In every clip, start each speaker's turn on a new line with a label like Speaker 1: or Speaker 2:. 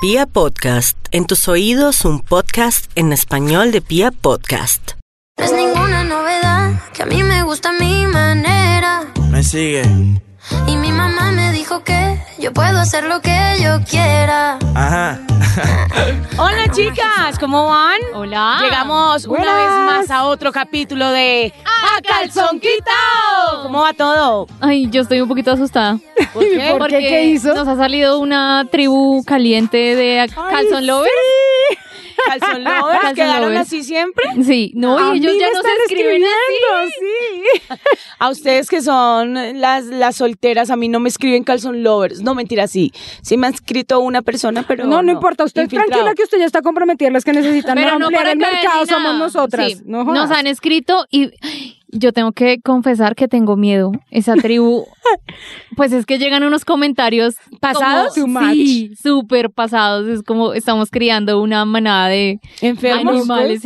Speaker 1: Pia Podcast, en tus oídos un podcast en español de Pia Podcast.
Speaker 2: No es ninguna novedad que a mí me gusta mi manera.
Speaker 3: Me sigue.
Speaker 2: Y mi mamá me dijo que yo puedo hacer lo que yo quiera.
Speaker 3: Ajá.
Speaker 4: Hola chicas, ¿cómo van?
Speaker 5: Hola.
Speaker 4: Llegamos una vez más a otro capítulo de A Calzón Quitao. ¿Cómo va todo?
Speaker 5: Ay, yo estoy un poquito asustada.
Speaker 4: ¿Por qué?
Speaker 5: Porque Nos ha salido una tribu caliente de Calzón Lovers.
Speaker 4: ¿Calzón lovers
Speaker 5: Calzón
Speaker 4: quedaron
Speaker 5: lovers.
Speaker 4: así siempre?
Speaker 5: Sí. no, y ellos ya no se escriben así.
Speaker 4: A ustedes que son las, las solteras, a mí no me escriben calzón lovers. No, mentira, sí. Sí me ha escrito una persona, pero
Speaker 6: No, no importa, usted
Speaker 4: infiltrado.
Speaker 6: tranquila que usted ya está comprometida, las que necesitan
Speaker 5: Pero no
Speaker 6: ampliar
Speaker 5: para
Speaker 6: el
Speaker 5: caer ni
Speaker 6: mercado
Speaker 5: nada.
Speaker 6: somos nosotras.
Speaker 5: Sí,
Speaker 6: No
Speaker 5: Nos
Speaker 6: jodas.
Speaker 5: han escrito y yo tengo que confesar que tengo miedo. Esa tribu, pues es que llegan unos comentarios
Speaker 4: ¿Pasados?
Speaker 5: como-
Speaker 6: Too much.
Speaker 5: sí, súper pasados. Es como estamos criando una manada de
Speaker 4: Enfermos.
Speaker 5: animales.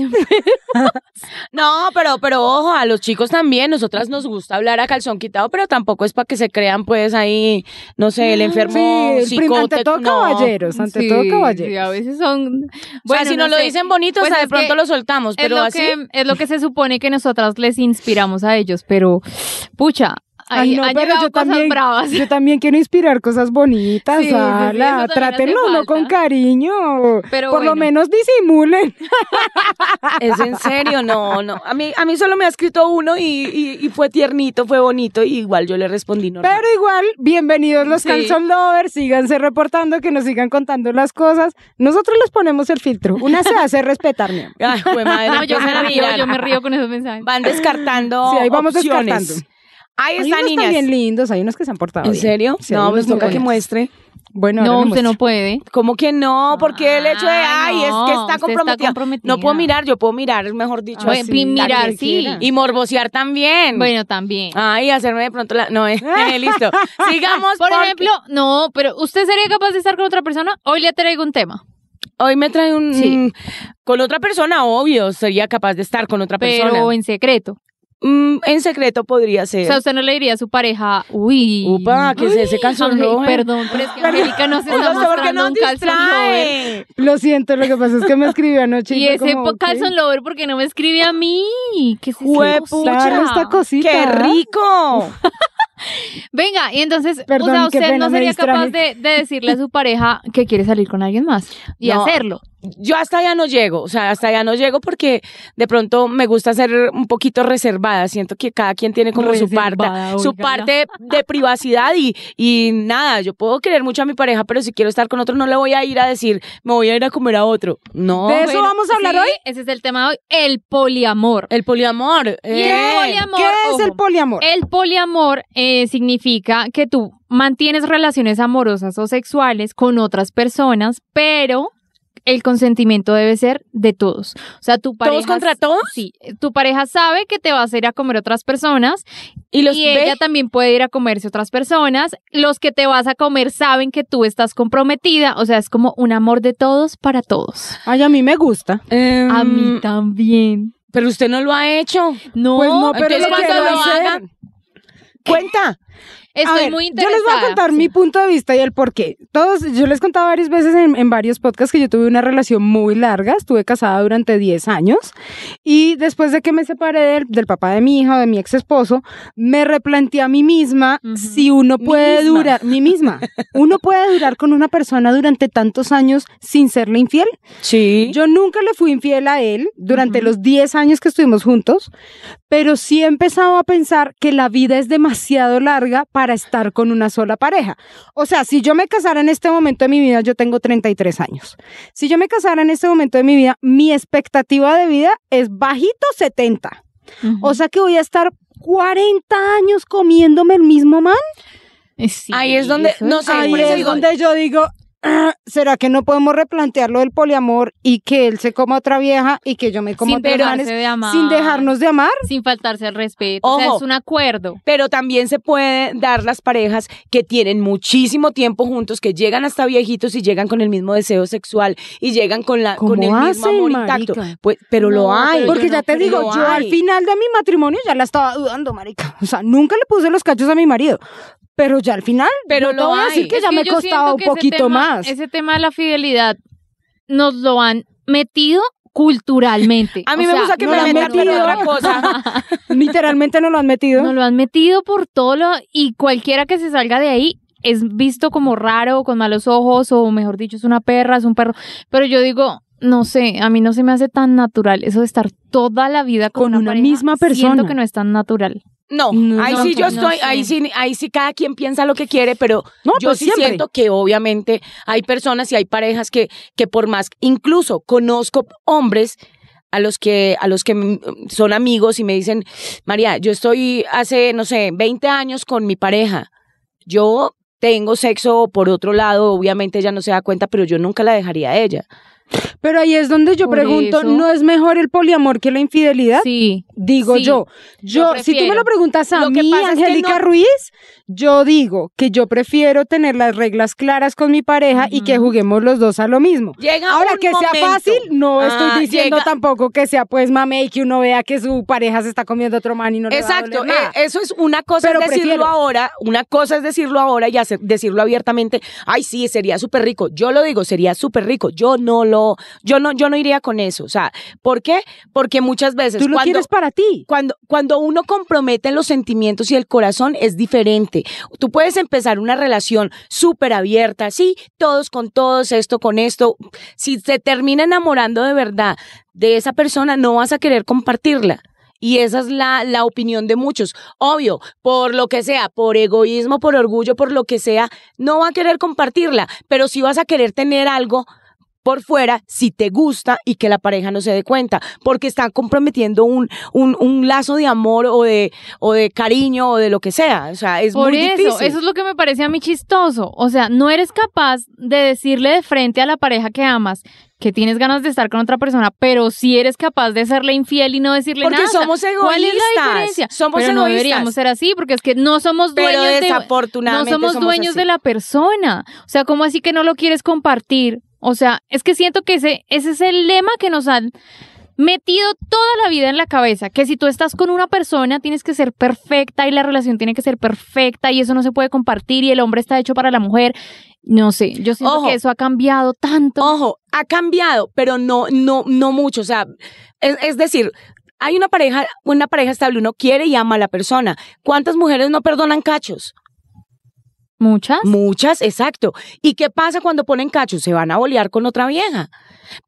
Speaker 4: No, pero, pero ojo, a los chicos también, nosotras nos gusta hablar a calzón quitado, pero tampoco es para que se crean, pues, ahí, no sé, el enfermo
Speaker 6: Mm, Sí, prim- ante
Speaker 4: psicótico.
Speaker 6: todo
Speaker 4: no.
Speaker 6: caballeros, ante
Speaker 5: Sí,
Speaker 6: todo
Speaker 5: sí, a
Speaker 6: caballeros.
Speaker 5: veces son.
Speaker 4: Bueno,
Speaker 5: Bueno,
Speaker 4: si
Speaker 5: no
Speaker 4: nos lo
Speaker 5: sé.
Speaker 4: dicen bonito,
Speaker 5: Pues
Speaker 4: o sea, de
Speaker 5: es
Speaker 4: pronto
Speaker 5: que
Speaker 4: lo soltamos, pero
Speaker 5: es lo
Speaker 4: así.
Speaker 5: que es lo que se supone que nosotras les inspiramos a ellos, pero pucha,
Speaker 6: Ay,
Speaker 5: ahí
Speaker 6: no,
Speaker 5: han
Speaker 6: pero
Speaker 5: llegado
Speaker 6: yo
Speaker 5: cosas
Speaker 6: también-
Speaker 5: bravas.
Speaker 6: Yo también quiero inspirar cosas bonitas,
Speaker 5: Sí, sí, sí, eso
Speaker 6: ala,
Speaker 5: también
Speaker 6: trátenlo
Speaker 5: hace
Speaker 6: uno
Speaker 5: falta.
Speaker 6: con cariño,
Speaker 5: Pero
Speaker 6: por lo
Speaker 5: bueno.
Speaker 6: menos disimulen.
Speaker 4: Es en serio, no, no. A mí, a mí solo me ha escrito uno y, y- y fue tiernito, fue bonito, y igual yo le respondí normal.
Speaker 6: Pero igual, bienvenidos los
Speaker 5: Sí.
Speaker 6: Calzón Lovers, síganse reportando, que nos sigan contando las cosas. Nosotros les ponemos el filtro, una se hace respetar, mi amor.
Speaker 4: Ay, jue madre,
Speaker 5: No, yo
Speaker 4: empiezan
Speaker 5: me
Speaker 4: a
Speaker 5: río,
Speaker 4: mirar.
Speaker 5: yo me río con esos mensajes.
Speaker 4: Van descartando
Speaker 6: Sí, ahí vamos
Speaker 4: opciones.
Speaker 6: descartando.
Speaker 4: Ahí
Speaker 6: Hay
Speaker 4: están,
Speaker 6: unos
Speaker 4: niñas.
Speaker 6: también lindos, hay unos que se han portado
Speaker 4: ¿En
Speaker 6: bien.
Speaker 4: serio?
Speaker 6: Sí, hay
Speaker 4: no, me
Speaker 6: unos muy
Speaker 4: toca que
Speaker 6: buenos.
Speaker 4: muestre.
Speaker 6: Bueno, ahora
Speaker 5: No,
Speaker 6: le
Speaker 5: usted no
Speaker 6: muestro.
Speaker 5: puede. Ah,
Speaker 4: ¿Cómo que no? Porque el hecho de, ay, es que
Speaker 5: no, usted
Speaker 4: está
Speaker 5: está
Speaker 4: comprometida. No puedo
Speaker 5: comprometida.
Speaker 4: mirar, yo puedo mirar, mejor dicho.
Speaker 5: Bueno,
Speaker 4: así,
Speaker 5: pi-
Speaker 4: la que
Speaker 5: mirar,
Speaker 4: yo
Speaker 5: sí.
Speaker 4: quiera. Y morbosear también.
Speaker 5: Bueno, también.
Speaker 4: Ay, hacerme de pronto la. No, eh, eh, listo. Sigamos.
Speaker 5: Por
Speaker 4: porque
Speaker 5: ejemplo, no, pero ¿usted sería capaz de estar con otra persona? Hoy le traigo un tema.
Speaker 4: Hoy me trae un.
Speaker 5: Sí.
Speaker 4: Con otra persona, obvio, sería capaz de estar con otra
Speaker 5: Pero
Speaker 4: persona.
Speaker 5: en secreto.
Speaker 4: Mm, en secreto podría
Speaker 5: O
Speaker 4: ser.
Speaker 5: sea, usted no le diría a su pareja, uy.
Speaker 4: Upa, que se- ese
Speaker 5: Ay,
Speaker 4: calzón
Speaker 5: Angélica,
Speaker 4: rojo, eh.
Speaker 5: Perdón, pero es que Angélica no se
Speaker 4: Oiga,
Speaker 5: está
Speaker 4: usted, ¿por qué
Speaker 5: mostrando
Speaker 4: no
Speaker 5: un calzón rojo.
Speaker 4: distrae?
Speaker 6: Lo siento, lo que pasa es que me escribió anoche.
Speaker 5: Y
Speaker 6: fue
Speaker 5: ese
Speaker 6: como,
Speaker 5: po-
Speaker 6: ok,
Speaker 5: calzón lover, ¿por qué no me escribe a mí? ¿Qué es esa
Speaker 4: Juepucha.
Speaker 5: cosa?
Speaker 6: claro, esta cosita.
Speaker 4: ¡Qué rico!
Speaker 5: Venga, y entonces,
Speaker 6: Perdón,
Speaker 5: o sea,
Speaker 6: qué
Speaker 5: usted
Speaker 6: pena,
Speaker 5: no
Speaker 6: me
Speaker 5: sería
Speaker 6: distraje.
Speaker 5: capaz de, de decirle a su pareja que quiere salir con alguien más y
Speaker 4: No.
Speaker 5: hacerlo.
Speaker 4: yo hasta allá no llego, o sea, hasta allá no llego porque de pronto me gusta ser un poquito reservada, siento que cada quien tiene como su parte,
Speaker 5: Reservada,
Speaker 4: su
Speaker 5: óigala.
Speaker 4: parte de privacidad y, y nada, yo puedo querer mucho a mi pareja, pero si quiero estar con otro no le voy a ir a decir, me voy a ir a comer a otro. No,
Speaker 6: De eso vamos a hablar
Speaker 5: Sí,
Speaker 6: hoy.
Speaker 5: Ese es el tema de hoy, el poliamor.
Speaker 4: el poliamor.
Speaker 5: Y
Speaker 4: eh.
Speaker 5: el poliamor,
Speaker 6: ¿Qué es el
Speaker 5: ojo,
Speaker 6: poliamor?
Speaker 5: el poliamor eh, significa que tú mantienes relaciones amorosas o sexuales con otras personas, pero el consentimiento debe ser de todos. O sea, tu pareja...
Speaker 4: ¿Todos contra todos?
Speaker 5: Sí, tu pareja sabe que te vas a ir a comer otras personas
Speaker 4: Y los
Speaker 5: y
Speaker 4: ve-
Speaker 5: ella también puede ir a comerse otras personas. Los que te vas a comer saben que tú estás comprometida. O sea, es como un amor de todos para todos.
Speaker 6: Ay, a mí me gusta.
Speaker 4: Em,
Speaker 5: a mí también.
Speaker 4: pero usted no lo ha hecho.
Speaker 5: No,
Speaker 6: Mm. pues no, pero
Speaker 4: entonces
Speaker 6: lo que
Speaker 4: cuando
Speaker 6: lo
Speaker 4: lo
Speaker 6: hice-
Speaker 4: hagan-
Speaker 6: Cuenta.
Speaker 5: estoy
Speaker 6: A ver,
Speaker 5: muy
Speaker 6: Yo
Speaker 5: interesada.
Speaker 6: les voy a contar
Speaker 5: Sí.
Speaker 6: mi punto de vista y el por qué. Todos, yo les contaba varias veces en, en varios podcasts que yo tuve una relación muy larga. Estuve casada durante 10 años y después de que me separé del, del papá de mi hija, de mi ex esposo, me replanteé a mí misma
Speaker 5: Ujú.
Speaker 6: si uno
Speaker 4: Mí
Speaker 6: puede
Speaker 4: misma.
Speaker 6: durar, mí misma, uno puede durar con una persona durante tantos años sin serle infiel.
Speaker 4: Sí.
Speaker 6: Yo nunca le fui infiel a él durante los 10 años que estuvimos juntos, pero sí empezaba a pensar que la vida es demasiado larga para estar con una sola pareja. O sea, si yo me casara en este momento de mi vida, yo tengo 33 años. Si yo me casara en este momento de mi vida, mi expectativa de vida es bajito 70.
Speaker 5: Ujú.
Speaker 6: O sea que voy a estar 40 años comiéndome el mismo man.
Speaker 5: Eh, sí,
Speaker 4: Ahí es donde-
Speaker 5: eso
Speaker 4: no
Speaker 5: es-
Speaker 4: sé,
Speaker 6: Ahí
Speaker 4: por eso
Speaker 6: es
Speaker 4: digo-
Speaker 6: donde yo digo, "Ah, ¿será que no podemos replantear lo del poliamor y que él se coma a otra vieja y que yo me coma a
Speaker 5: Sin
Speaker 6: otros
Speaker 5: dejarse
Speaker 6: manes
Speaker 5: de amar.
Speaker 6: sin dejarnos de amar?
Speaker 5: Sin faltarse al respeto. O sea,
Speaker 4: Ojo.
Speaker 5: es un acuerdo.
Speaker 4: pero también se puede dar las parejas que tienen muchísimo tiempo juntos, que llegan hasta viejitos y llegan con el mismo deseo sexual y llegan con la con
Speaker 6: ¿Cómo
Speaker 4: el mismo
Speaker 6: hacen,
Speaker 4: amor
Speaker 6: marica?
Speaker 4: intacto. Pues, pero lo
Speaker 5: No,
Speaker 4: hay.
Speaker 5: pero
Speaker 6: Porque
Speaker 5: yo
Speaker 6: ya
Speaker 5: no
Speaker 6: te
Speaker 5: creo,
Speaker 6: digo,
Speaker 4: lo
Speaker 6: yo al
Speaker 4: hay.
Speaker 6: final de mi matrimonio ya la estaba dudando, marica. O sea, nunca le puse los cachos a mi marido. pero ya al final,
Speaker 4: Pero
Speaker 6: no te
Speaker 4: lo
Speaker 6: voy a decir
Speaker 4: hay.
Speaker 6: que
Speaker 5: Es
Speaker 6: ya me
Speaker 5: yo
Speaker 6: costaba
Speaker 5: siento
Speaker 6: un
Speaker 5: que ese
Speaker 6: poquito
Speaker 5: tema-
Speaker 6: más.
Speaker 5: Ese tema de la fidelidad nos lo han metido culturalmente.
Speaker 4: A mí
Speaker 5: O
Speaker 4: me
Speaker 5: sea,
Speaker 4: gusta que
Speaker 6: no
Speaker 4: me
Speaker 6: la han
Speaker 4: metan por
Speaker 6: metido.
Speaker 4: otra cosa.
Speaker 6: Literalmente no lo han metido.
Speaker 5: Nos lo han metido por todo lo y cualquiera que se salga de ahí es visto como raro, con malos ojos o mejor dicho es una perra, es un perro. Pero yo digo, no sé, a mí no se me hace tan natural eso de estar toda la vida con,
Speaker 6: Con una
Speaker 5: pareja.
Speaker 6: misma persona.
Speaker 5: Siento que no es tan natural.
Speaker 4: No,
Speaker 6: No,
Speaker 4: ahí
Speaker 5: no,
Speaker 4: sí yo
Speaker 5: no
Speaker 4: estoy,
Speaker 5: sé.
Speaker 4: ahí sí, ahí sí cada quien piensa lo que quiere, pero
Speaker 6: no,
Speaker 4: yo
Speaker 6: pues
Speaker 4: sí
Speaker 6: siempre.
Speaker 4: siento que obviamente hay personas y hay parejas que, que por más, incluso conozco hombres a los que, a los que mm, son amigos y me dicen, María, yo estoy hace, no sé, 20 años con mi pareja. Yo tengo sexo por otro lado, obviamente ella no se da cuenta, pero yo nunca la dejaría a ella.
Speaker 6: Pero ahí es donde yo
Speaker 5: Por
Speaker 6: pregunto,
Speaker 5: eso.
Speaker 6: ¿no es mejor el poliamor que la infidelidad?
Speaker 5: Sí.
Speaker 6: Digo
Speaker 5: Sí,
Speaker 6: yo. Yo, si tú me lo
Speaker 5: prefiero.
Speaker 6: preguntas a
Speaker 4: Lo que
Speaker 6: mí,
Speaker 4: pasa es que
Speaker 6: Angélica
Speaker 4: no-
Speaker 6: Ruiz, yo digo que yo prefiero tener las reglas claras con mi pareja y que
Speaker 5: Ujú.
Speaker 6: juguemos los dos a lo mismo.
Speaker 4: Llega
Speaker 6: Ahora
Speaker 4: un
Speaker 6: que sea
Speaker 4: momento.
Speaker 6: fácil, no
Speaker 4: Ah,
Speaker 6: estoy diciendo
Speaker 4: llega-
Speaker 6: tampoco que sea pues mame y que uno vea que su pareja se está comiendo otro man y no le va a
Speaker 4: Exacto,
Speaker 6: doler nada.
Speaker 4: eh, eso es una cosa
Speaker 6: Pero
Speaker 4: es decirlo
Speaker 6: prefiero.
Speaker 4: ahora, una cosa es decirlo ahora y hacer- decirlo abiertamente, ay sí, sería súper rico, yo lo digo, sería súper rico, yo no lo, yo no, yo no iría con eso, o sea, ¿por qué? Porque muchas veces
Speaker 6: Tú lo
Speaker 4: cuando,
Speaker 6: quieres para ti.
Speaker 4: cuando, cuando uno compromete los sentimientos y el corazón es diferente. Tú puedes empezar una relación súper abierta, sí, todos con todos, esto con esto. Si se termina enamorando de verdad de esa persona, no vas a querer compartirla. Y esa es la, la opinión de muchos. Obvio, por lo que sea, por egoísmo, por orgullo, por lo que sea, no va a querer compartirla, pero sí vas a querer tener algo por fuera si te gusta y que la pareja no se dé cuenta, porque están comprometiendo un, un, un lazo de amor o de, o de cariño o de lo que sea. O sea, es
Speaker 5: Por
Speaker 4: muy
Speaker 5: eso,
Speaker 4: difícil.
Speaker 5: eso es lo que me parece a mí chistoso. O sea, no eres capaz de decirle de frente a la pareja que amas que tienes ganas de estar con otra persona, pero sí eres capaz de serle infiel y no decirle
Speaker 4: porque
Speaker 5: nada. O sea,
Speaker 4: somos egoístas.
Speaker 5: ¿Cuál es la diferencia?
Speaker 4: Somos
Speaker 5: pero no
Speaker 4: egoístas.
Speaker 5: deberíamos ser así, porque es que no somos dueños
Speaker 4: pero
Speaker 5: de, no
Speaker 4: desafortunadamente
Speaker 5: somos dueños
Speaker 4: así.
Speaker 5: de la persona. O sea, ¿cómo así que no lo quieres compartir? O sea, es que siento que ese, ese es el lema que nos han metido toda la vida en la cabeza, que si tú estás con una persona tienes que ser perfecta y la relación tiene que ser perfecta y eso no se puede compartir y el hombre está hecho para la mujer. No sé, yo siento
Speaker 4: Ojo.
Speaker 5: que eso ha cambiado tanto.
Speaker 4: Ojo, ha cambiado, pero no, no, no mucho. O sea, es, es decir, hay una pareja, una pareja estable, uno quiere y ama a la persona. ¿Cuántas mujeres no perdonan cachos?
Speaker 5: Muchas.
Speaker 4: Muchas, exacto. ¿Y qué pasa cuando ponen cachos? Se van a bolear con otra vieja.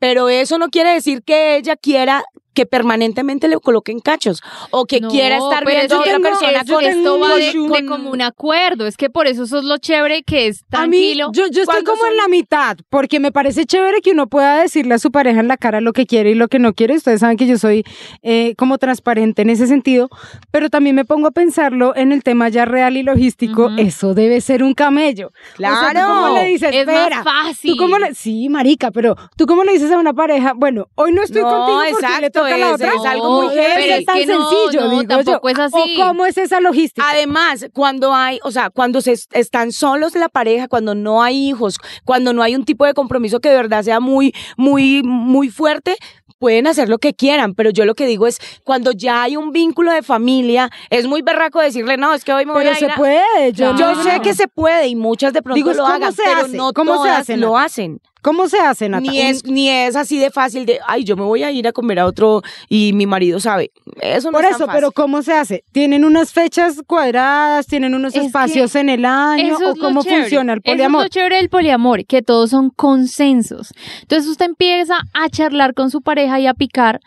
Speaker 4: Pero eso no quiere decir que ella quiera que permanentemente le coloquen cachos o que
Speaker 5: No,
Speaker 4: quiera estar
Speaker 5: pero
Speaker 4: viendo a
Speaker 5: eso
Speaker 4: otra
Speaker 5: tengo-
Speaker 4: persona
Speaker 5: eso
Speaker 4: con
Speaker 5: esto va de,
Speaker 4: con-
Speaker 5: de como un acuerdo, es que por eso eso es lo chévere que es tranquilo.
Speaker 6: A mí, yo, yo estoy
Speaker 4: cuando
Speaker 6: como
Speaker 4: son-
Speaker 6: en la mitad, porque me parece chévere que uno pueda decirle a su pareja en la cara lo que quiere y lo que no quiere. Ustedes saben que yo soy eh, como transparente en ese sentido, pero también me pongo a pensarlo en el tema ya real y logístico.
Speaker 5: Ujú.
Speaker 6: Eso debe ser un camello. O sea, ¿tú
Speaker 4: Claro.
Speaker 6: ¿Cómo le dices?
Speaker 5: es
Speaker 6: Espera.
Speaker 5: más fácil.
Speaker 6: ¿Tú cómo le... Sí, marica, pero ¿tú cómo le dices a una pareja? Bueno, hoy no estoy
Speaker 4: No,
Speaker 6: contigo porque le
Speaker 4: exacto,
Speaker 6: toca a la
Speaker 4: es-
Speaker 6: otra.
Speaker 4: es algo muy
Speaker 6: No, debe
Speaker 4: heavy.
Speaker 6: ser
Speaker 4: Pero es
Speaker 6: tan
Speaker 5: que no,
Speaker 6: sencillo,
Speaker 5: no,
Speaker 6: digo yo.
Speaker 5: tampoco es así.
Speaker 6: ¿O cómo es esa logística?
Speaker 4: Además, cuando hay, o sea, cuando se est- están solos la pareja, cuando no hay hijos, cuando no hay un tipo de compromiso que de verdad sea muy, muy, muy fuerte, pueden hacer lo que quieran. Pero yo lo que digo es, cuando ya hay un vínculo de familia, es muy berraco decirle, no, es que hoy me voy
Speaker 6: Pero
Speaker 4: a
Speaker 6: se
Speaker 4: ir a-".
Speaker 6: puede. Yo,
Speaker 4: Yo
Speaker 5: Claro.
Speaker 4: sé que se puede y muchas de pronto
Speaker 6: Digo, es
Speaker 4: lo
Speaker 6: cómo
Speaker 4: hagan,
Speaker 6: se
Speaker 4: pero
Speaker 6: hace,
Speaker 4: no
Speaker 6: cómo se
Speaker 4: todas
Speaker 6: hace,
Speaker 4: lo
Speaker 6: Nata.
Speaker 4: hacen.
Speaker 6: ¿Cómo se hace, Nata?
Speaker 4: Ni es, ni es así de fácil de, ay, yo me voy a ir a comer a otro y mi marido sabe. Eso no
Speaker 6: Por
Speaker 4: es tan
Speaker 6: eso, pero
Speaker 4: fácil.
Speaker 6: ¿cómo se hace? ¿Tienen unas fechas cuadradas? ¿Tienen unos
Speaker 5: Es que
Speaker 6: espacios en el año?
Speaker 5: Eso
Speaker 6: ¿O
Speaker 5: es lo
Speaker 6: cómo
Speaker 5: chévere.
Speaker 6: funciona el
Speaker 5: Eso es
Speaker 6: poliamor?
Speaker 5: lo chévere del poliamor, que todos son consensos. Entonces usted empieza a charlar con su pareja y a picar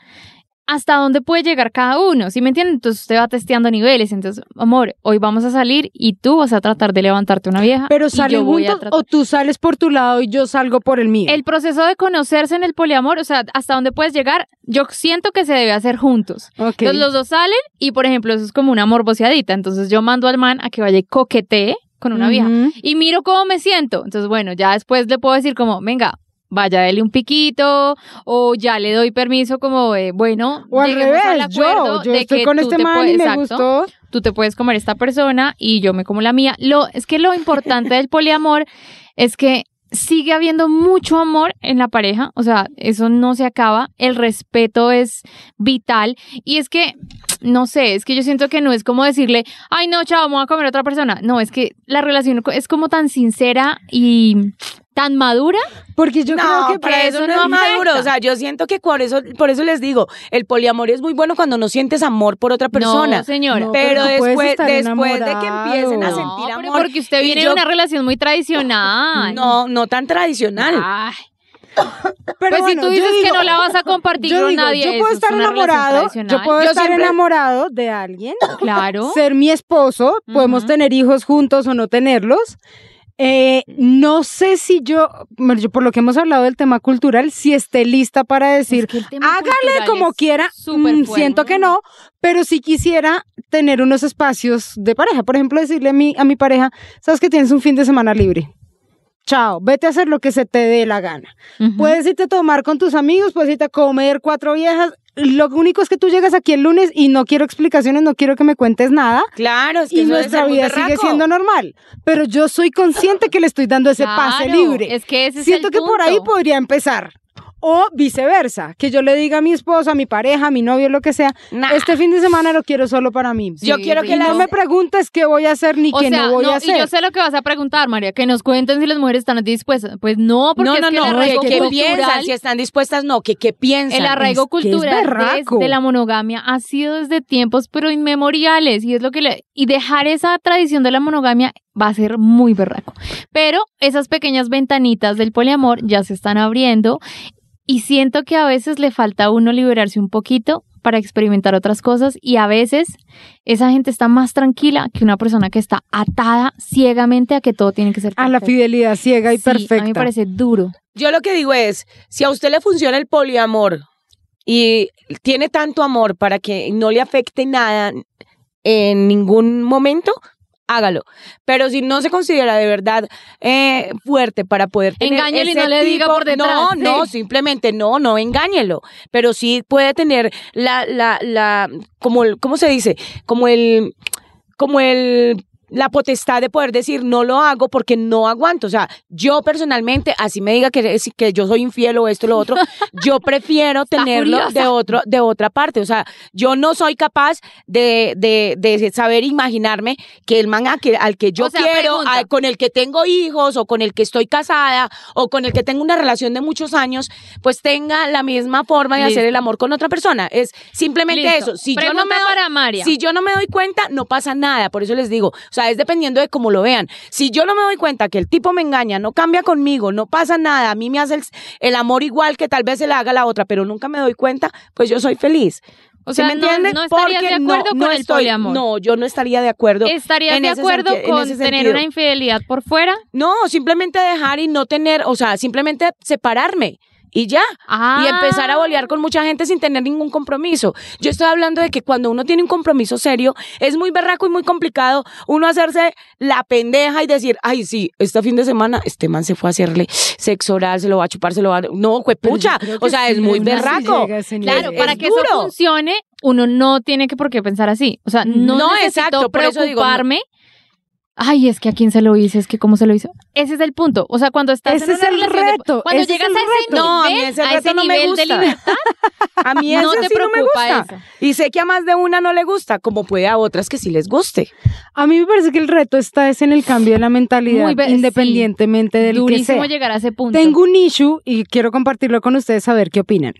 Speaker 5: hasta dónde puede llegar cada uno, ¿sí me entiende? Entonces usted va testeando niveles. Entonces, amor, hoy vamos a salir y tú vas a tratar de levantarte una vieja.
Speaker 6: Pero
Speaker 5: y
Speaker 6: salen
Speaker 5: yo voy a
Speaker 6: juntos
Speaker 5: tratar-
Speaker 6: o tú sales por tu lado y yo salgo por el mío.
Speaker 5: El proceso de conocerse en el poliamor, o sea, hasta dónde puedes llegar, yo siento que se debe hacer juntos.
Speaker 6: Ok.
Speaker 5: Entonces los dos salen y, por ejemplo, eso es como una morboseadita. Entonces yo mando al man a que vaya y coquetee con una vieja
Speaker 6: Ujú.
Speaker 5: y miro cómo me siento. Entonces, bueno, ya después le puedo decir como, venga, vaya, dele un piquito, o ya le doy permiso como, de, bueno,
Speaker 6: O al
Speaker 5: lleguemos
Speaker 6: revés,
Speaker 5: al acuerdo
Speaker 6: yo, yo
Speaker 5: de
Speaker 6: estoy
Speaker 5: que
Speaker 6: con
Speaker 5: tú
Speaker 6: este
Speaker 5: te
Speaker 6: man
Speaker 5: puedes-
Speaker 6: y me
Speaker 5: exacto,
Speaker 6: gustó.
Speaker 5: Tú te puedes comer esta persona y yo me como la mía. Lo, es que lo importante del poliamor es que sigue habiendo mucho amor en la pareja, o sea, eso no se acaba, el respeto es vital y es que, no sé, es que yo siento que no es como decirle, ay no, chao, vamos a comer a otra persona, no, es que la relación co- es como tan sincera y tan madura,
Speaker 6: Porque yo creo que
Speaker 4: para eso no es maduro. O sea, yo siento que por eso, por eso les digo, el poliamor es muy bueno cuando no sientes amor por otra persona.
Speaker 5: no, señora.
Speaker 6: No,
Speaker 4: pero
Speaker 6: pero puedes
Speaker 4: después,
Speaker 6: estar
Speaker 4: después de que
Speaker 6: enamorado.
Speaker 4: empiecen a
Speaker 6: No,
Speaker 4: sentir
Speaker 5: pero
Speaker 4: amor.
Speaker 5: porque usted
Speaker 4: y
Speaker 5: viene
Speaker 4: yo-
Speaker 5: de una relación muy tradicional.
Speaker 4: No, no tan tradicional.
Speaker 5: Ay,
Speaker 6: Pero
Speaker 5: pues
Speaker 6: bueno,
Speaker 5: si tú
Speaker 6: yo
Speaker 5: dices que
Speaker 6: digo-
Speaker 5: no la vas a compartir
Speaker 6: yo
Speaker 5: con
Speaker 6: digo,
Speaker 5: nadie,
Speaker 6: yo
Speaker 5: eso
Speaker 6: puedo
Speaker 5: es
Speaker 6: estar
Speaker 5: una relación
Speaker 6: enamorado, yo
Speaker 5: tradicional.
Speaker 6: puedo
Speaker 4: Yo
Speaker 6: estar
Speaker 4: siempre-
Speaker 6: enamorado de alguien,
Speaker 5: Claro.
Speaker 6: ser mi esposo, podemos
Speaker 5: Ujú.
Speaker 6: tener hijos juntos o no tenerlos. Eh, no sé si yo, bueno, yo, por lo que hemos hablado del tema cultural, si esté lista para decir,
Speaker 5: Es que el tema
Speaker 6: hágale
Speaker 5: cultural
Speaker 6: como
Speaker 5: es
Speaker 6: quiera,
Speaker 5: súper
Speaker 6: mm,
Speaker 5: fuerte.
Speaker 6: siento que no, pero sí quisiera tener unos espacios de pareja. Por ejemplo, decirle a mi, a mi pareja, sabes que tienes un fin de semana libre. Chao, vete a hacer lo que se te dé la gana.
Speaker 5: Ujú.
Speaker 6: Puedes irte a tomar con tus amigos, puedes irte a comer cuatro viejas. Lo único es que tú llegas aquí el lunes y no quiero explicaciones, no quiero que me cuentes nada.
Speaker 4: Claro, es que
Speaker 6: Y
Speaker 4: eso debe
Speaker 6: nuestra
Speaker 4: ser muy
Speaker 6: vida sigue
Speaker 4: berraco.
Speaker 6: siendo normal. Pero yo soy consciente que le estoy dando ese pase
Speaker 5: Claro,
Speaker 6: libre.
Speaker 5: Es que ese es
Speaker 6: Siento
Speaker 5: el
Speaker 6: que por ahí
Speaker 5: punto.
Speaker 6: podría empezar. O viceversa, que yo le diga a mi esposo, a mi pareja, a mi novio, lo que sea,
Speaker 4: Nah.
Speaker 6: este fin de semana lo quiero solo para mí.
Speaker 4: Yo
Speaker 5: Sí,
Speaker 4: quiero
Speaker 6: Y
Speaker 4: que
Speaker 5: y
Speaker 4: la
Speaker 6: no me preguntes qué voy a hacer ni
Speaker 5: O
Speaker 6: qué
Speaker 5: sea,
Speaker 6: no voy a
Speaker 5: y yo
Speaker 6: hacer.
Speaker 5: sé lo que vas a preguntar, María, que nos cuenten si las mujeres están dispuestas. Pues no, porque
Speaker 4: No,
Speaker 5: es
Speaker 4: no,
Speaker 5: que
Speaker 4: no,
Speaker 5: el
Speaker 4: que
Speaker 5: arraigo
Speaker 4: qué
Speaker 5: cultural,
Speaker 4: piensan, si están dispuestas, no, que qué piensan.
Speaker 5: el arraigo
Speaker 6: es que es
Speaker 5: cultural
Speaker 6: berraco.
Speaker 5: de la monogamia ha sido desde tiempos pero inmemoriales y es lo que le y dejar esa tradición de la monogamia va a ser muy berraco. Pero esas pequeñas ventanitas del poliamor ya se están abriendo y siento que a veces le falta a uno liberarse un poquito para experimentar otras cosas y a veces esa gente está más tranquila que una persona que está atada ciegamente a que todo tiene que ser
Speaker 6: A la
Speaker 5: perfecto.
Speaker 6: fidelidad ciega y
Speaker 5: Sí, A mí me
Speaker 6: perfecta.
Speaker 5: parece duro.
Speaker 4: Yo lo que digo es, si a usted le funciona el poliamor y tiene tanto amor para que no le afecte nada en ningún momento, hágalo. Pero si no se considera de verdad eh, fuerte para poder tener
Speaker 5: Engáñelo y
Speaker 4: ese
Speaker 5: no le diga
Speaker 4: tipo-
Speaker 5: por detrás,
Speaker 4: No,
Speaker 5: sí.
Speaker 4: no, simplemente no, no engáñelo. Pero sí puede tener la, la, la, como el, ¿cómo se dice? Como el, como el la potestad de poder decir no lo hago porque no aguanto. O sea, yo personalmente, así me diga que, es- que yo soy infiel o esto o lo otro, yo prefiero tenerlo de,
Speaker 5: furiosa.
Speaker 4: otro, de otra parte. O sea, yo no soy capaz de, de, de saber imaginarme que el man a que- al que yo
Speaker 5: O sea,
Speaker 4: quiero,
Speaker 5: pregunta.
Speaker 4: a- con el que tengo hijos o con el que estoy casada o con el que tengo una relación de muchos años, pues tenga la misma forma de
Speaker 5: Listo.
Speaker 4: hacer el amor con otra persona. Es simplemente
Speaker 5: Listo.
Speaker 4: eso. Si yo
Speaker 5: Pregunta
Speaker 4: no me doy-
Speaker 5: para María.
Speaker 4: si yo no me doy cuenta, no pasa nada. Por eso les digo, o sea, es dependiendo de cómo lo vean. Si yo no me doy cuenta que el tipo me engaña, no cambia conmigo, no pasa nada, a mí me hace el, el amor igual que tal vez se la haga la otra, pero nunca me doy cuenta, pues yo soy feliz.
Speaker 5: O
Speaker 4: ¿Sí
Speaker 5: sea,
Speaker 4: me
Speaker 5: no-
Speaker 4: entienden?
Speaker 5: no estarías
Speaker 4: Porque
Speaker 5: de acuerdo
Speaker 4: no
Speaker 5: con el
Speaker 4: estoy-
Speaker 5: poliamor.
Speaker 4: No, yo no estaría de acuerdo.
Speaker 5: ¿Estarías
Speaker 4: en
Speaker 5: de
Speaker 4: ese
Speaker 5: acuerdo
Speaker 4: senti- en
Speaker 5: con
Speaker 4: ese
Speaker 5: tener
Speaker 4: sentido. Eh,
Speaker 5: una infidelidad por fuera?
Speaker 4: No, simplemente dejar y no tener, o sea, simplemente separarme y ya.
Speaker 5: Ah,
Speaker 4: y empezar a bolear con mucha gente sin tener ningún compromiso. Yo estoy hablando de que cuando uno tiene un compromiso serio, es muy berraco y muy complicado uno hacerse la pendeja y decir, ay, sí, este fin de semana este man se fue a hacerle sexo oral, se lo va a chupar, se lo va a... No, juepucha,
Speaker 6: Pero yo creo
Speaker 4: o
Speaker 6: que
Speaker 4: sea,
Speaker 6: sí,
Speaker 4: es muy
Speaker 6: una sí
Speaker 4: berraco.
Speaker 6: llega a ese nivel.
Speaker 5: Claro,
Speaker 4: es-
Speaker 5: para
Speaker 4: es
Speaker 5: que eso
Speaker 4: duro.
Speaker 5: funcione, uno no tiene que por qué pensar así. O sea, no,
Speaker 4: No,
Speaker 5: necesito
Speaker 4: exacto, por eso digo, no.
Speaker 5: preocuparme. Ay, es que a quién se lo hice, es que cómo se lo hizo. Ese es el punto. O sea, cuando estás
Speaker 6: Ese
Speaker 5: en
Speaker 6: es
Speaker 5: una
Speaker 6: el
Speaker 5: relación de-
Speaker 6: reto,
Speaker 5: cuando
Speaker 6: ese es
Speaker 5: llegas
Speaker 6: el
Speaker 5: a ese
Speaker 4: reto. No, a mí
Speaker 5: nivel,
Speaker 4: ese
Speaker 5: a
Speaker 4: reto
Speaker 5: ese
Speaker 4: no me
Speaker 5: nivel de
Speaker 4: gusta.
Speaker 5: libertad,
Speaker 4: A mí eso
Speaker 5: no te
Speaker 4: sí no me
Speaker 5: preocupa
Speaker 4: gusta.
Speaker 5: eso.
Speaker 4: Y sé que a más de una no le gusta, como puede a otras que sí les guste.
Speaker 6: A mí me parece que el reto está es en el cambio de la mentalidad,
Speaker 5: Muy be- sí.
Speaker 6: independientemente del que
Speaker 5: durísimo
Speaker 6: sea.
Speaker 5: llegar a ese punto.
Speaker 6: Tengo un issue y quiero compartirlo con ustedes a ver qué opinan.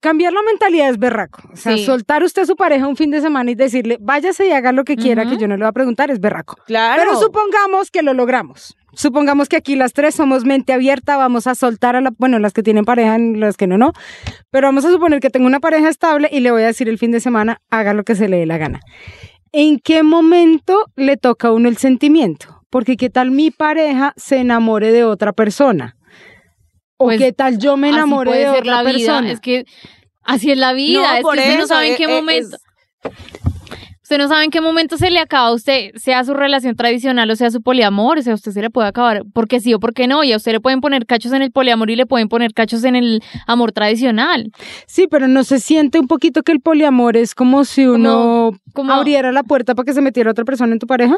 Speaker 6: Cambiar la mentalidad es berraco. O sea,
Speaker 5: Sí.
Speaker 6: soltar usted a su pareja un fin de semana y decirle, váyase y haga lo que quiera,
Speaker 5: Ujú.
Speaker 6: que yo no le voy a preguntar, es berraco.
Speaker 4: Claro.
Speaker 6: Pero supongamos que lo logramos. Supongamos que aquí las tres somos mente abierta, vamos a soltar a la, bueno, las que tienen pareja, y las que no, no. Pero vamos a suponer que tengo una pareja estable y le voy a decir el fin de semana, haga lo que se le dé la gana. ¿En qué momento le toca a uno el sentimiento? Porque qué tal mi pareja se enamore de otra persona. O
Speaker 5: Pues,
Speaker 6: qué tal yo me
Speaker 5: Así
Speaker 6: enamore
Speaker 5: puede
Speaker 6: de
Speaker 5: ser
Speaker 6: otra
Speaker 5: la vida,
Speaker 6: persona.
Speaker 5: Es que así es la vida. es que usted no sabe en qué
Speaker 4: eh, eh,
Speaker 5: momento.
Speaker 4: es-
Speaker 5: Usted no sabe en qué momento se le acaba a usted, sea su relación tradicional o sea su poliamor, o sea, usted se le puede acabar porque sí o porque no, y a usted le pueden poner cachos en el poliamor y le pueden poner cachos en el amor tradicional.
Speaker 6: Sí, pero no se siente un poquito que el poliamor es como si uno
Speaker 5: como-
Speaker 6: abriera la puerta para que se metiera otra persona en tu pareja.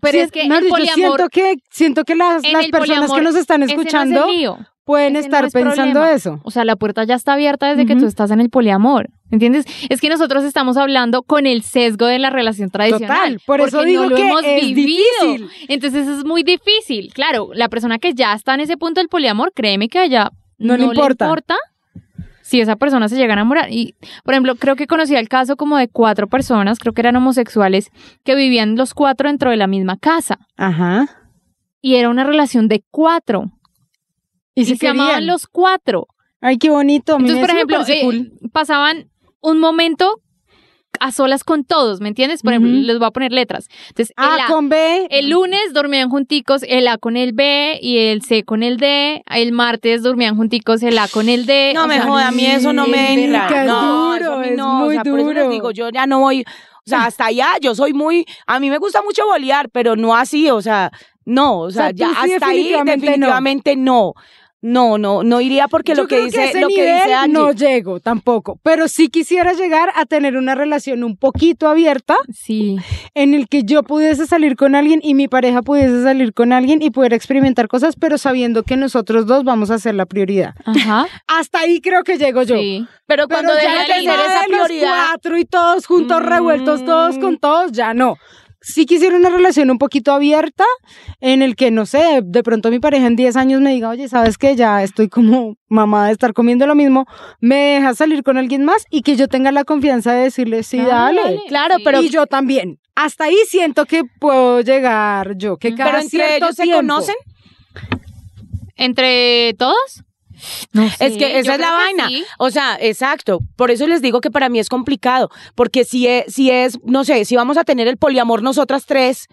Speaker 5: Pero
Speaker 6: Si-
Speaker 5: es que
Speaker 6: mejor
Speaker 5: el
Speaker 6: dicho,
Speaker 5: poliamor,
Speaker 6: siento que, siento que las,
Speaker 5: en
Speaker 6: las
Speaker 5: el
Speaker 6: personas que
Speaker 5: poliamor,
Speaker 6: nos están
Speaker 5: ese no es
Speaker 6: escuchando
Speaker 5: el lío.
Speaker 6: pueden
Speaker 5: ese no
Speaker 6: estar
Speaker 5: es
Speaker 6: pensando
Speaker 5: problema.
Speaker 6: eso.
Speaker 5: O sea, la puerta ya está abierta desde que
Speaker 6: Ujú.
Speaker 5: tú estás en el poliamor. ¿Entiendes? Es que nosotros estamos hablando con el sesgo de la relación tradicional.
Speaker 6: Total, por eso
Speaker 5: porque
Speaker 6: digo
Speaker 5: no lo
Speaker 6: que
Speaker 5: hemos
Speaker 6: es
Speaker 5: vivido.
Speaker 6: difícil.
Speaker 5: Entonces es muy difícil. Claro, la persona que ya está en ese punto del poliamor, créeme que allá
Speaker 6: No le importa.
Speaker 5: si esa persona se llega a enamorar. Y, por ejemplo, creo que conocía el caso como de cuatro personas, creo que eran homosexuales, que vivían los cuatro dentro de la misma casa.
Speaker 6: Ajá.
Speaker 5: Y era una relación de cuatro.
Speaker 6: Y,
Speaker 5: Y,
Speaker 6: si
Speaker 5: se llamaban los cuatro.
Speaker 6: Ay, qué bonito. a mí
Speaker 5: Entonces,
Speaker 6: eso
Speaker 5: por
Speaker 6: me
Speaker 5: ejemplo,
Speaker 6: parece
Speaker 5: eh,
Speaker 6: cool.
Speaker 5: pasaban un momento a solas con todos, ¿me entiendes? Por
Speaker 6: Ujú.
Speaker 5: ejemplo, les voy a poner letras. Entonces,
Speaker 4: Ah,
Speaker 6: A
Speaker 5: el A-
Speaker 6: Ah, con B.
Speaker 5: el lunes dormían junticos el A con el B y el C con el D. El martes dormían junticos el A con el D.
Speaker 4: No
Speaker 5: O
Speaker 4: me
Speaker 5: sea,
Speaker 4: joda, a mí eso no me
Speaker 6: Eh, es
Speaker 4: entra.
Speaker 6: verdad.
Speaker 4: No,
Speaker 6: Es
Speaker 4: eso a mí
Speaker 6: duro,
Speaker 4: no,
Speaker 6: es
Speaker 4: o sea,
Speaker 6: muy
Speaker 4: Por eso les
Speaker 6: duro.
Speaker 4: digo, yo ya no voy, o sea, hasta allá, yo soy muy, a mí me gusta mucho bolear, pero no así, o sea, no, o sea,
Speaker 6: sea, tú
Speaker 4: ya
Speaker 6: sí
Speaker 4: hasta ahí
Speaker 6: definitivamente no.
Speaker 4: definitivamente no. No, no, no iría porque lo
Speaker 6: Yo
Speaker 4: que
Speaker 6: creo a
Speaker 4: dice,
Speaker 6: ese
Speaker 4: lo que
Speaker 6: nivel
Speaker 4: dice Angie.
Speaker 6: no llego tampoco, pero sí quisiera llegar a tener una relación un poquito abierta
Speaker 5: Sí.
Speaker 6: en el que yo pudiese salir con alguien y mi pareja pudiese salir con alguien y poder experimentar cosas, pero sabiendo que nosotros dos vamos a ser la prioridad.
Speaker 5: Ajá.
Speaker 6: Hasta ahí creo que llego yo.
Speaker 5: Sí.
Speaker 4: pero
Speaker 6: Pero
Speaker 4: cuando
Speaker 5: ya
Speaker 4: dejas de
Speaker 5: la
Speaker 4: ser
Speaker 5: idea
Speaker 4: esa
Speaker 6: los
Speaker 4: prioridad,
Speaker 6: cuatro y todos juntos
Speaker 4: Mm.
Speaker 6: revueltos, todos con todos, ya no. Sí quisiera una relación un poquito abierta en el que, no sé, de pronto mi pareja en 10 años me diga, oye, ¿sabes qué? Ya estoy como mamada de estar comiendo lo mismo, me dejas salir con alguien más y que yo tenga la confianza de decirle, sí,
Speaker 5: Dale,
Speaker 6: dale.
Speaker 5: dale.
Speaker 4: claro,
Speaker 5: Sí.
Speaker 4: pero
Speaker 6: y yo también. Hasta ahí siento que puedo llegar yo, que
Speaker 4: Mm.
Speaker 6: cada
Speaker 4: pero entre
Speaker 6: cierto
Speaker 4: ellos se
Speaker 6: tiempo-
Speaker 4: conocen.
Speaker 5: ¿Entre todos? No
Speaker 4: Es que esa es la vaina. O sea, exacto. Por eso les digo que para mí es complicado. Porque si es, si es, no sé, si vamos a tener el poliamor nosotras tres,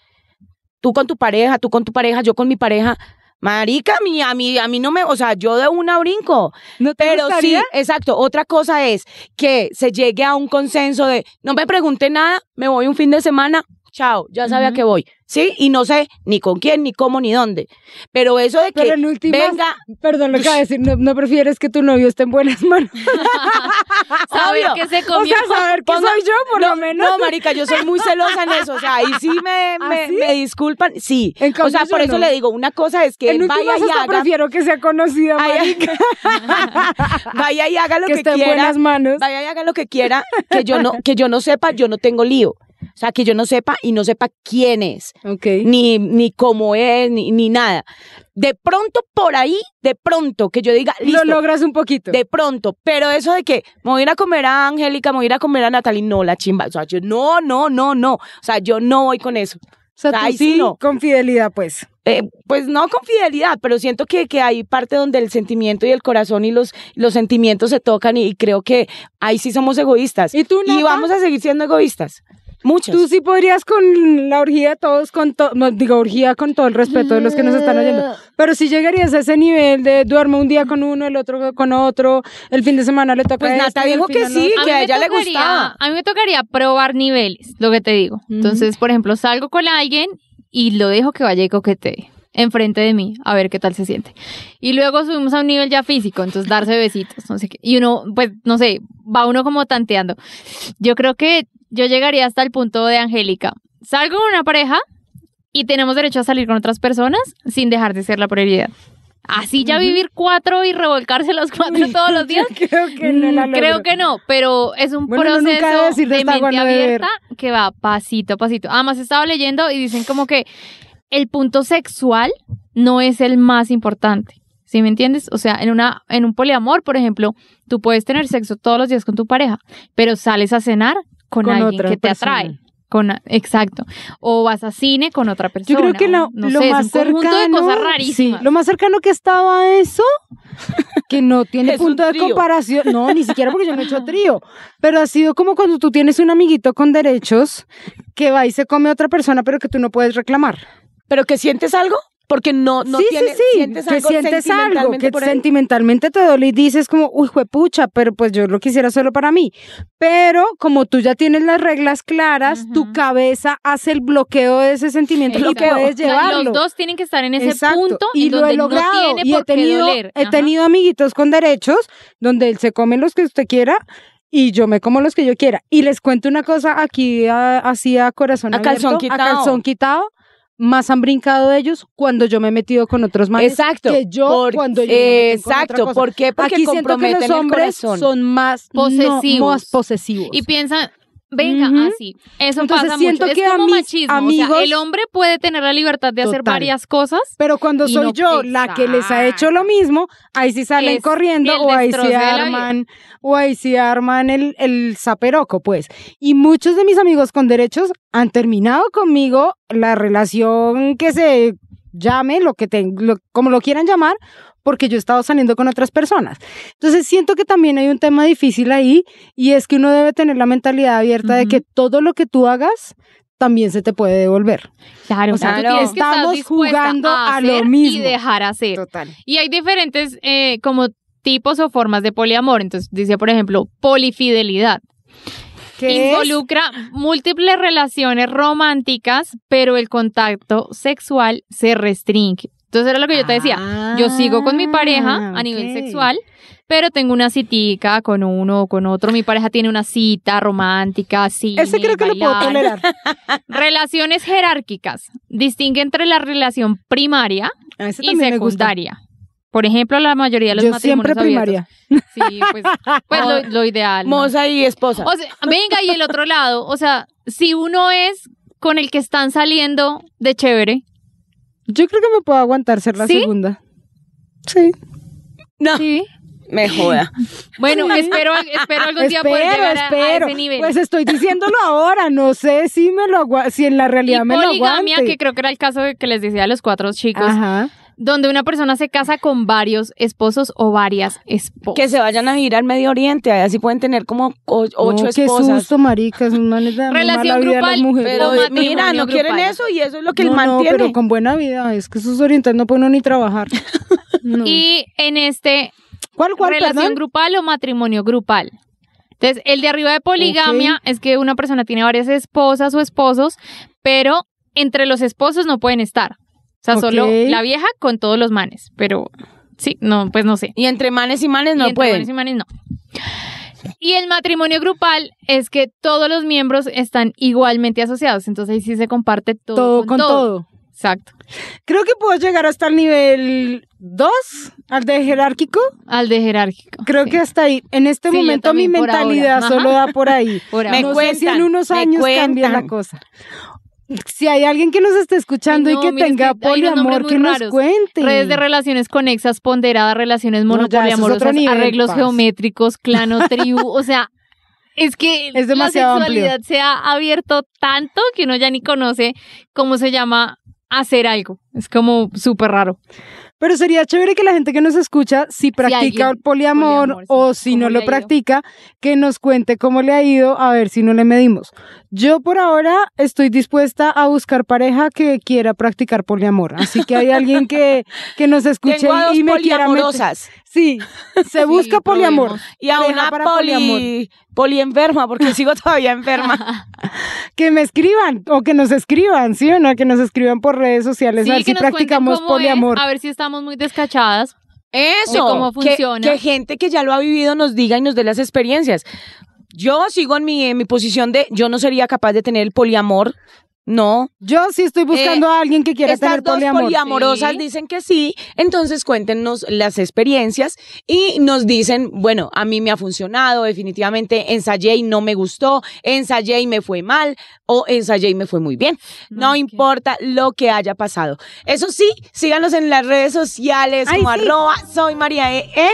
Speaker 4: tú con tu pareja, tú con tu pareja, yo con mi pareja. Marica, a mí, a mí, a mí no me, o sea, yo de una brinco.
Speaker 6: ¿No te
Speaker 4: Pero sí,
Speaker 6: gustaría?
Speaker 4: exacto. Otra cosa es que se llegue a un consenso de no me pregunte nada, me voy un fin de semana, chao, ya sabía
Speaker 5: Ujú.
Speaker 4: que voy. Sí, y no sé ni con quién, ni cómo, ni dónde. Pero eso de
Speaker 6: Pero
Speaker 4: que
Speaker 6: en últimas,
Speaker 4: venga,
Speaker 6: perdón lo que voy a decir, ¿no, no prefieres que tu novio esté en buenas manos?
Speaker 5: Saber
Speaker 4: obvio.
Speaker 5: que se
Speaker 6: O
Speaker 5: comió.
Speaker 6: sea, saber que
Speaker 4: Ponga-
Speaker 6: soy yo, por
Speaker 4: no,
Speaker 6: lo menos.
Speaker 4: No, marica, yo soy muy celosa en eso. O sea, ahí sí me, me,
Speaker 6: ¿Ah, sí?
Speaker 4: me disculpan. Sí.
Speaker 6: En
Speaker 4: O
Speaker 6: cambio,
Speaker 4: sea,
Speaker 6: yo
Speaker 4: por eso
Speaker 6: no.
Speaker 4: le digo, una cosa es que él
Speaker 6: en últimas
Speaker 4: vaya y
Speaker 6: hasta
Speaker 4: haga.
Speaker 6: prefiero que sea conocida,
Speaker 4: Ay,
Speaker 6: marica,
Speaker 4: vaya y haga lo
Speaker 6: que
Speaker 4: que,
Speaker 6: esté en
Speaker 4: quiera.
Speaker 6: buenas manos.
Speaker 4: Vaya y haga lo que quiera. Que yo no, que yo no sepa, yo no tengo lío. O sea, que yo no sepa y no sepa quién es,
Speaker 6: Ok.
Speaker 4: ni, ni cómo es, ni, ni nada. De pronto, por ahí, de pronto, que yo diga, listo,
Speaker 6: Lo logras un poquito.
Speaker 4: de pronto, pero eso de que me voy a ir a comer a Angélica, me voy a ir a comer a Natalie, no, la chimba, o sea, yo no, no, no, no, o sea, yo no voy con eso.
Speaker 6: o sea, tú
Speaker 4: Ay, sí,
Speaker 6: sí,
Speaker 4: no.
Speaker 6: con fidelidad, pues.
Speaker 4: Eh, pues no con fidelidad, pero siento que, que hay parte donde el sentimiento y el corazón y los, los sentimientos se tocan y, y creo que ahí sí somos egoístas.
Speaker 6: ¿Y tú, Nata?
Speaker 4: vamos a seguir siendo egoístas. Muchos.
Speaker 6: Tú sí podrías con la orgía de todos, con to- no, digo, orgía con todo el respeto de los que nos están oyendo. Pero sí llegarías a ese nivel de duerme un día con uno, el otro con otro, el fin de semana le toca
Speaker 4: Pues
Speaker 6: este,
Speaker 4: Nata
Speaker 6: y al
Speaker 4: dijo que
Speaker 6: final
Speaker 4: sí,
Speaker 5: A
Speaker 4: que
Speaker 5: mí
Speaker 4: a
Speaker 5: me
Speaker 4: ella le
Speaker 5: tocaría-
Speaker 4: gustaba.
Speaker 5: A mí me tocaría probar niveles, lo que te digo. Entonces, por ejemplo, salgo con alguien y lo dejo que vaya y coquetee enfrente de mí, a ver qué tal se siente. Y luego subimos a un nivel ya físico, entonces darse besitos, no sé qué. Y uno, pues, no sé, va uno como tanteando. Yo creo que yo llegaría hasta el punto de Angélica. Salgo con una pareja y tenemos derecho a salir con otras personas sin dejar de ser la prioridad. Así ya vivir cuatro y revolcarse los cuatro todos los días,
Speaker 6: Creo que no la
Speaker 5: Mm,
Speaker 6: logro.
Speaker 5: Creo que no, pero es un
Speaker 6: Bueno, uno
Speaker 5: proceso
Speaker 6: nunca debe decir de
Speaker 5: de
Speaker 6: esta agua
Speaker 5: mente
Speaker 6: no beber.
Speaker 5: abierta que va pasito a pasito. Además, estaba leyendo y dicen como que el punto sexual no es el más importante. ¿Sí me entiendes? O sea, en una en un poliamor, por ejemplo, tú puedes tener sexo todos los días con tu pareja, pero sales a cenar con,
Speaker 6: Con
Speaker 5: alguien
Speaker 6: otra
Speaker 5: que te
Speaker 6: persona.
Speaker 5: atrae. Con, exacto. O vas a cine con otra persona.
Speaker 6: Yo creo que
Speaker 5: o
Speaker 6: lo,
Speaker 5: no
Speaker 6: lo
Speaker 5: sé, es
Speaker 6: más
Speaker 5: un conjunto
Speaker 6: cercano.
Speaker 5: de cosas
Speaker 6: sí,
Speaker 5: rarísimas.
Speaker 6: lo más cercano que estaba a eso, que no tiene
Speaker 4: Es un
Speaker 6: punto de
Speaker 4: trío.
Speaker 6: comparación. No, ni siquiera porque yo no he hecho trío. Pero ha sido como cuando tú tienes un amiguito con derechos que va y se come a otra persona, pero que tú no puedes reclamar.
Speaker 4: Pero que sientes algo, porque no, no
Speaker 6: sí,
Speaker 4: tienes,
Speaker 6: sí, sí.
Speaker 4: sientes
Speaker 6: que
Speaker 4: algo
Speaker 6: sientes algo
Speaker 4: sentimentalmente
Speaker 6: que
Speaker 4: por ahí.
Speaker 6: sentimentalmente te duele y dices como, uy, juepucha, pero pues yo lo quisiera solo para mí. Pero como tú ya tienes las reglas claras, tu
Speaker 5: Ujú.
Speaker 6: exacto. cabeza hace el bloqueo de ese sentimiento y
Speaker 5: Exacto.
Speaker 6: puedes
Speaker 5: O sea,
Speaker 6: llevarlo.
Speaker 5: los dos tienen que estar en ese
Speaker 6: Exacto,
Speaker 5: punto
Speaker 6: y
Speaker 5: en
Speaker 6: lo
Speaker 5: donde
Speaker 6: he logrado
Speaker 5: no tiene
Speaker 6: y
Speaker 5: por
Speaker 6: he tenido,
Speaker 5: qué doler.
Speaker 6: he
Speaker 5: Ajá.
Speaker 6: tenido amiguitos con derechos donde él se come los que usted quiera y yo me como los que yo quiera. Y les cuento una cosa aquí a- así a corazón
Speaker 4: A calzón
Speaker 6: abierto,
Speaker 4: quitado.
Speaker 6: a calzón quitado. más han brincado de ellos cuando yo me he metido con otros manes.
Speaker 4: Exacto.
Speaker 6: Que yo
Speaker 4: por-
Speaker 6: cuando yo me metí con otra
Speaker 4: Exacto.
Speaker 6: cosa.
Speaker 4: ¿Por qué? Porque
Speaker 6: Aquí siento que
Speaker 4: comprometen
Speaker 6: los hombres
Speaker 4: el corazón.
Speaker 6: son más no,
Speaker 5: Posesivos.
Speaker 6: más posesivos.
Speaker 5: Y piensan, venga,
Speaker 6: Ujú.
Speaker 5: así. Eso
Speaker 6: Entonces,
Speaker 5: pasa
Speaker 6: siento
Speaker 5: mucho.
Speaker 6: que
Speaker 5: es
Speaker 6: a
Speaker 5: como
Speaker 6: mis
Speaker 5: machismo. o sea,
Speaker 6: amigos-
Speaker 5: el hombre puede tener la libertad de hacer
Speaker 6: Total.
Speaker 5: varias cosas.
Speaker 6: Pero cuando
Speaker 5: Y
Speaker 6: soy
Speaker 5: no-
Speaker 6: yo la que les ha hecho lo mismo, ahí sí salen
Speaker 5: Es
Speaker 6: corriendo
Speaker 5: el
Speaker 6: o ahí
Speaker 5: destrozo
Speaker 6: sí
Speaker 5: de la vida.
Speaker 6: arman, o ahí sí arman el, el zaperoco, pues. Y muchos de mis amigos con derechos han terminado conmigo la relación que se llame, lo que ten- lo- como lo quieran llamar, porque yo he estado saliendo con otras personas. Entonces siento que también hay un tema difícil ahí y es que uno debe tener la mentalidad abierta de
Speaker 5: Ujú.
Speaker 6: que todo lo que tú hagas también se te puede devolver.
Speaker 5: Claro,
Speaker 6: o sea,
Speaker 5: tú
Speaker 4: claro.
Speaker 5: tienes que estar
Speaker 6: Estamos
Speaker 5: dispuesta
Speaker 6: jugando a lo
Speaker 5: hacer
Speaker 6: mismo.
Speaker 5: Y dejar hacer.
Speaker 6: Total.
Speaker 5: Y hay diferentes eh, como tipos o formas de poliamor. Entonces dice, por ejemplo, polifidelidad.
Speaker 6: ¿Qué es?
Speaker 5: Involucra múltiples relaciones románticas, pero el contacto sexual se restringe. Entonces era lo que yo te decía. Yo sigo con
Speaker 6: Ah,
Speaker 5: mi pareja a nivel sexual, pero tengo una citica con uno o con otro. Mi pareja tiene una cita romántica, así.
Speaker 6: Ese creo que lo puedo tolerar.
Speaker 5: Relaciones jerárquicas. Distingue entre la relación primaria
Speaker 6: A ese
Speaker 5: y
Speaker 6: también me gusta.
Speaker 5: secundaria. Por ejemplo, la mayoría de los
Speaker 6: Yo
Speaker 5: matrimonios
Speaker 6: siempre primaria.
Speaker 5: abiertos- Sí, pues, pues lo, lo ideal. ¿no?
Speaker 4: Moza y esposa.
Speaker 5: O sea, venga, y el otro lado, o sea, si uno es con el que están saliendo de chévere,
Speaker 6: Yo creo que me puedo aguantar ser la
Speaker 5: ¿Sí?
Speaker 6: segunda. Sí.
Speaker 4: no,
Speaker 5: sí.
Speaker 4: me joda.
Speaker 5: Bueno, espero, espero algún día poder
Speaker 6: espero,
Speaker 5: llegar a- a,
Speaker 6: espero.
Speaker 5: ese nivel.
Speaker 6: Pues estoy diciéndolo ahora, no sé si me lo agua- si en la
Speaker 5: y
Speaker 6: realidad me lo
Speaker 5: poligamia,
Speaker 6: aguante.
Speaker 5: que creo que era el caso de- que les decía a los cuatro chicos,
Speaker 6: Ajá.
Speaker 5: donde una persona se casa con varios esposos o varias esposas.
Speaker 4: Que se vayan a ir al Medio Oriente, ahí así pueden tener como o- ocho
Speaker 6: No, qué
Speaker 4: esposas.
Speaker 6: susto, maricas, manes de muy
Speaker 5: Relación
Speaker 6: mala vida las
Speaker 5: grupal,
Speaker 6: mujeres.
Speaker 4: Pero
Speaker 5: O matrimonio
Speaker 4: mira, no quieren
Speaker 5: grupal.
Speaker 4: eso y eso es lo que el
Speaker 6: no,
Speaker 4: man
Speaker 6: no,
Speaker 4: tiene.
Speaker 6: pero con buena vida, es que esos orientales no pueden uno ni trabajar. No.
Speaker 5: Y en este,
Speaker 6: ¿Cuál, cuál,
Speaker 5: relación
Speaker 6: perdón?
Speaker 5: grupal o matrimonio grupal. Entonces, el de arriba de poligamia es que una persona tiene varias esposas o esposos, pero entre los esposos no pueden estar. O sea, solo
Speaker 6: Ok.
Speaker 5: la vieja con todos los manes, pero sí, no, pues no sé.
Speaker 4: Y entre manes y manes
Speaker 5: Y
Speaker 4: no
Speaker 5: entre manes y
Speaker 4: pueden.
Speaker 5: manes no. Y el matrimonio grupal es que todos los miembros están igualmente asociados, entonces ahí sí se comparte todo,
Speaker 6: Todo con todo.
Speaker 5: Exacto.
Speaker 6: Creo que puedo llegar hasta el nivel 2, al de jerárquico.
Speaker 5: Al de jerárquico.
Speaker 6: Creo
Speaker 5: sí.
Speaker 6: que hasta ahí. En este
Speaker 5: Sí, yo
Speaker 6: momento mi
Speaker 5: también por
Speaker 6: mentalidad
Speaker 5: ahora.
Speaker 6: solo da por ahí.
Speaker 5: Por
Speaker 4: Me
Speaker 5: ahora.
Speaker 6: no sé si
Speaker 4: cuentan,
Speaker 6: en unos
Speaker 4: me
Speaker 6: años cambia la
Speaker 4: cuentan.
Speaker 6: cosa. Si hay alguien que nos esté escuchando
Speaker 5: Ay, no,
Speaker 6: y que
Speaker 5: mira, es
Speaker 6: tenga
Speaker 5: que hay unos nombres
Speaker 6: poliamor,
Speaker 5: muy
Speaker 6: que nos
Speaker 5: raros.
Speaker 6: cuente.
Speaker 5: Redes de relaciones conexas, ponderadas, relaciones
Speaker 6: No, ya, eso es
Speaker 5: monopoliamorosas,
Speaker 6: otro nivel,
Speaker 5: arreglos
Speaker 6: parce.
Speaker 5: geométricos, clano, tribu, o sea, es que
Speaker 6: Es demasiado
Speaker 5: la
Speaker 6: amplio.
Speaker 5: sexualidad se ha abierto tanto que uno ya ni conoce cómo se llama hacer algo. Es como súper raro.
Speaker 6: Pero sería chévere que la gente que nos escucha, si practica
Speaker 5: alguien
Speaker 6: el poliamor,
Speaker 5: poliamor, sí,
Speaker 6: o si
Speaker 5: ¿cómo
Speaker 6: no
Speaker 5: le ha
Speaker 6: lo
Speaker 5: ido?
Speaker 6: practica, que nos cuente cómo le ha ido, a ver si no le medimos. Yo por ahora estoy dispuesta a buscar pareja que quiera practicar poliamor. Así que hay alguien que, que nos escuche
Speaker 4: Tengo a dos
Speaker 6: y me quiera meter.
Speaker 4: poliamorosas
Speaker 6: Sí, se busca poliamor.
Speaker 5: probemos.
Speaker 4: y a
Speaker 6: Pareja
Speaker 4: una
Speaker 6: para
Speaker 4: poli, polienferma, porque sigo todavía enferma.
Speaker 6: Que me escriban o que nos escriban, ¿sí o no? Que nos escriban por redes sociales
Speaker 5: Sí,
Speaker 6: a ver
Speaker 5: que
Speaker 6: si
Speaker 5: nos cuenten
Speaker 6: practicamos
Speaker 5: cómo es,
Speaker 6: poliamor.
Speaker 5: a ver si estamos muy descachadas.
Speaker 4: Eso.
Speaker 5: De cómo
Speaker 4: que-
Speaker 5: funciona.
Speaker 4: Que, gente que ya lo ha vivido nos diga y nos dé las experiencias. Yo sigo en mi, en mi posición de yo no sería capaz de tener el poliamor. No.
Speaker 6: Yo sí estoy buscando a alguien que quiera
Speaker 4: Estas
Speaker 6: tener
Speaker 4: dos
Speaker 6: poliamor.
Speaker 4: poliamorosas
Speaker 5: Sí.
Speaker 4: dicen que sí. Entonces cuéntenos las experiencias y nos dicen, bueno, a mí me ha funcionado, definitivamente ensayé y no me gustó, ensayé y me fue mal o ensayé y me fue muy bien. No
Speaker 5: Ay, qué-
Speaker 4: importa lo que haya pasado. Eso sí, síganos en las redes sociales
Speaker 6: Ay,
Speaker 4: como
Speaker 6: sí.
Speaker 4: arroba soy María E. E.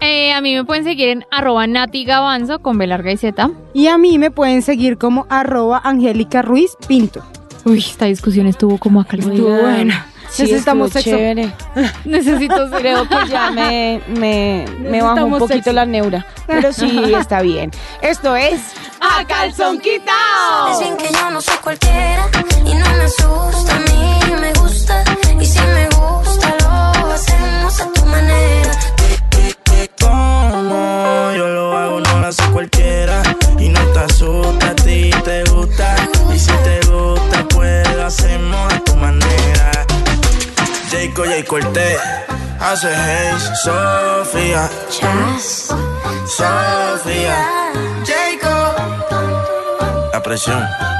Speaker 5: Eh, a mí me pueden seguir en arroba Nati Gavanzo con B larga y Z.
Speaker 6: Y a mí me pueden seguir como arroba Angélica Ruiz Pinto.
Speaker 5: Uy, esta discusión estuvo como acá.
Speaker 6: Estuvo buena.
Speaker 4: Sí,
Speaker 6: Necesitamos
Speaker 4: estuvo
Speaker 6: sexo.
Speaker 4: chévere.
Speaker 5: Necesito ser
Speaker 4: Creo que ya me, me, me bajó un
Speaker 6: Necesitamos
Speaker 4: poquito
Speaker 6: sexo.
Speaker 4: la neura. Pero sí, está bien. Esto es A Calzón Quitao.
Speaker 2: Dicen que yo no soy cualquiera y no me asusta, a mí me gusta. Y si me gusta, lo hacemos a tu manera.
Speaker 3: como yo lo hago, no lo hace cualquiera. Y no te asusta, a ti te gusta. Y si te gusta, pues lo hacemos a tu manera. Jaco J. Cortés, hace Hayes, Sofía,
Speaker 2: Chas,
Speaker 3: Sofía, Jaco. La presión.